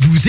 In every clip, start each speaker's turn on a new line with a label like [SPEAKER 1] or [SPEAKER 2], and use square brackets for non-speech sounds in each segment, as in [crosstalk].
[SPEAKER 1] Vous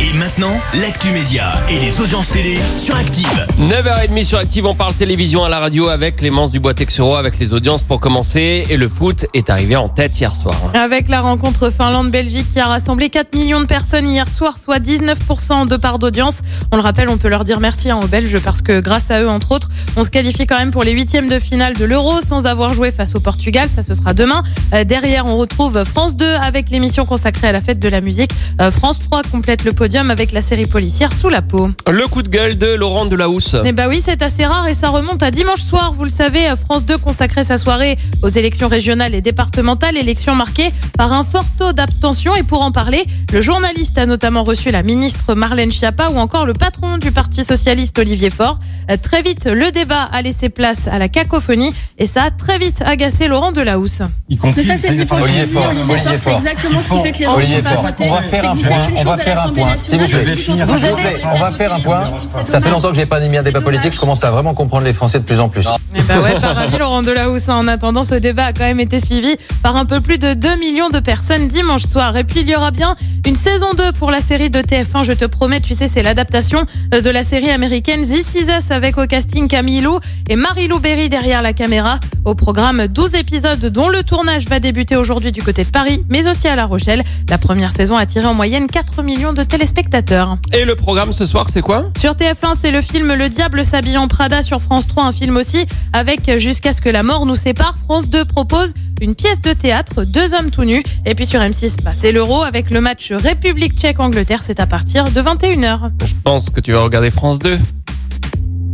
[SPEAKER 1] Et maintenant, l'actu média et les audiences télé sur Active.
[SPEAKER 2] 9h30 sur Active, on parle télévision à la radio avec Clémence Dubois-Texoro, avec les audiences pour commencer. Et le foot est arrivé en tête hier soir. hein.
[SPEAKER 3] Avec la rencontre Finlande-Belgique qui a rassemblé 4 millions de personnes hier soir, soit 19% de part d'audience. On le rappelle, on peut leur dire merci hein, aux Belges parce que grâce à eux, entre autres, on se qualifie quand même pour les huitièmes de finale de l'Euro sans avoir joué face au Portugal. Ça, ce sera demain. Euh, derrière, on retrouve France 2 avec l'émission consacrée à la fête de la musique. Euh, France 3 complète le podium avec la série policière Sous la peau.
[SPEAKER 2] Le coup de gueule de Laurent Delahousse.
[SPEAKER 3] Eh bah oui, c'est assez rare et ça remonte à dimanche soir. Vous le savez, euh, France 2 consacrait sa soirée aux élections régionales et départementales, élections marquées par un fort taux d'abstention. Et pour en parler, le journaliste a notamment reçu la ministre Marlène Schiappa ou encore le patron du Parti socialiste Olivier Faure. Euh, Très vite, le débat a laissé place à la cacophonie et ça a très vite agacé Laurent Delahousse.
[SPEAKER 4] y compris.
[SPEAKER 5] Mais ça, c'est
[SPEAKER 4] ça, il y a pas de
[SPEAKER 5] l'hypocrisie,
[SPEAKER 4] souci.
[SPEAKER 6] Olivier Faure,
[SPEAKER 5] Olivier Faure, c'est
[SPEAKER 6] Olivier Faure.
[SPEAKER 5] exactement ce qui fait que les gens
[SPEAKER 6] Olivier
[SPEAKER 5] ne vont pas
[SPEAKER 6] Faure,
[SPEAKER 5] voter.
[SPEAKER 6] on va
[SPEAKER 5] C'est
[SPEAKER 6] faire un
[SPEAKER 5] qu'il fait
[SPEAKER 6] point,
[SPEAKER 5] une
[SPEAKER 6] on
[SPEAKER 5] chose
[SPEAKER 6] va
[SPEAKER 5] à
[SPEAKER 6] faire un
[SPEAKER 5] l'Assemblée
[SPEAKER 6] point,
[SPEAKER 5] nationale
[SPEAKER 6] s'il vous plaît.
[SPEAKER 5] et qui, quand
[SPEAKER 4] Vous
[SPEAKER 5] on
[SPEAKER 6] S'il
[SPEAKER 5] vote,
[SPEAKER 6] vous plaît,
[SPEAKER 5] on
[SPEAKER 6] on va
[SPEAKER 5] vote
[SPEAKER 6] faire un
[SPEAKER 5] les
[SPEAKER 6] point.
[SPEAKER 5] gens, ça
[SPEAKER 6] Ça fait
[SPEAKER 5] dommage.
[SPEAKER 6] longtemps que j'ai pas animé un débat
[SPEAKER 5] C'est
[SPEAKER 6] politique,
[SPEAKER 5] dommage.
[SPEAKER 6] je commence à vraiment comprendre les Français de plus en plus.
[SPEAKER 3] Eh ben ouais, pas ravi Laurent Delahousse. hein. En attendant, ce débat a quand même été suivi par un peu plus de 2 millions de personnes dimanche soir. Et puis il y aura bien une saison 2 pour la série de TF1, je te promets, tu sais, c'est l'adaptation euh, de la série américaine This Is Us avec au casting Camille Lou et Marie-Lou Berry derrière la caméra. Au programme 12 épisodes dont le tournage va débuter aujourd'hui du côté de Paris, mais aussi à La Rochelle. La première saison a attiré en moyenne 4 millions de téléspectateurs.
[SPEAKER 2] Et le programme ce soir, c'est quoi
[SPEAKER 3] Sur TF1, c'est le film Le Diable s'habille en Prada sur France 3, un film aussi avec Jusqu'à ce que la mort nous sépare. France 2 propose une pièce de théâtre, deux hommes tout nus. Et puis sur M6, bah, c'est l'Euro avec le match République tchèque-Angleterre. C'est à partir de 21h.
[SPEAKER 2] Je pense que tu vas regarder France 2.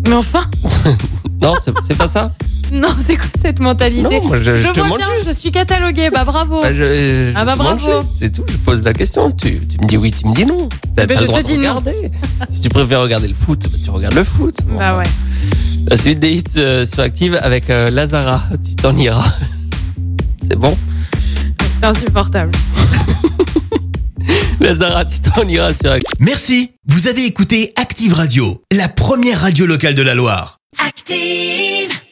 [SPEAKER 3] Mais enfin,
[SPEAKER 2] Non, c'est c'est pas ça
[SPEAKER 3] [laughs] non, c'est quoi cette mentalité
[SPEAKER 2] Non, moi, Euh, je, je
[SPEAKER 3] Je
[SPEAKER 2] te
[SPEAKER 3] vois
[SPEAKER 2] demande
[SPEAKER 3] bien,
[SPEAKER 2] juste.
[SPEAKER 3] je suis cataloguée. Bah bravo.
[SPEAKER 2] Bah, je- je
[SPEAKER 3] Ah bah,
[SPEAKER 2] te demande
[SPEAKER 3] bravo.
[SPEAKER 2] juste, C'est tout, je pose la question. Tu, tu me dis oui, tu me dis non. T'as-
[SPEAKER 3] Eh ben,
[SPEAKER 2] t'as
[SPEAKER 3] je
[SPEAKER 2] le droit
[SPEAKER 3] te
[SPEAKER 2] de
[SPEAKER 3] dis non.
[SPEAKER 2] regarder. si tu préfères regarder le foot, bah, tu regardes le foot.
[SPEAKER 3] Bah ouais.
[SPEAKER 2] La suite des hits euh, sur Active avec euh, Lazara. Tu t'en iras. [laughs] C'est bon
[SPEAKER 3] C'est insupportable.
[SPEAKER 2] Lazara, tu t'en iras sur Active.
[SPEAKER 1] Merci. Vous avez écouté Active Radio, la première radio locale de la Loire.
[SPEAKER 7] Active.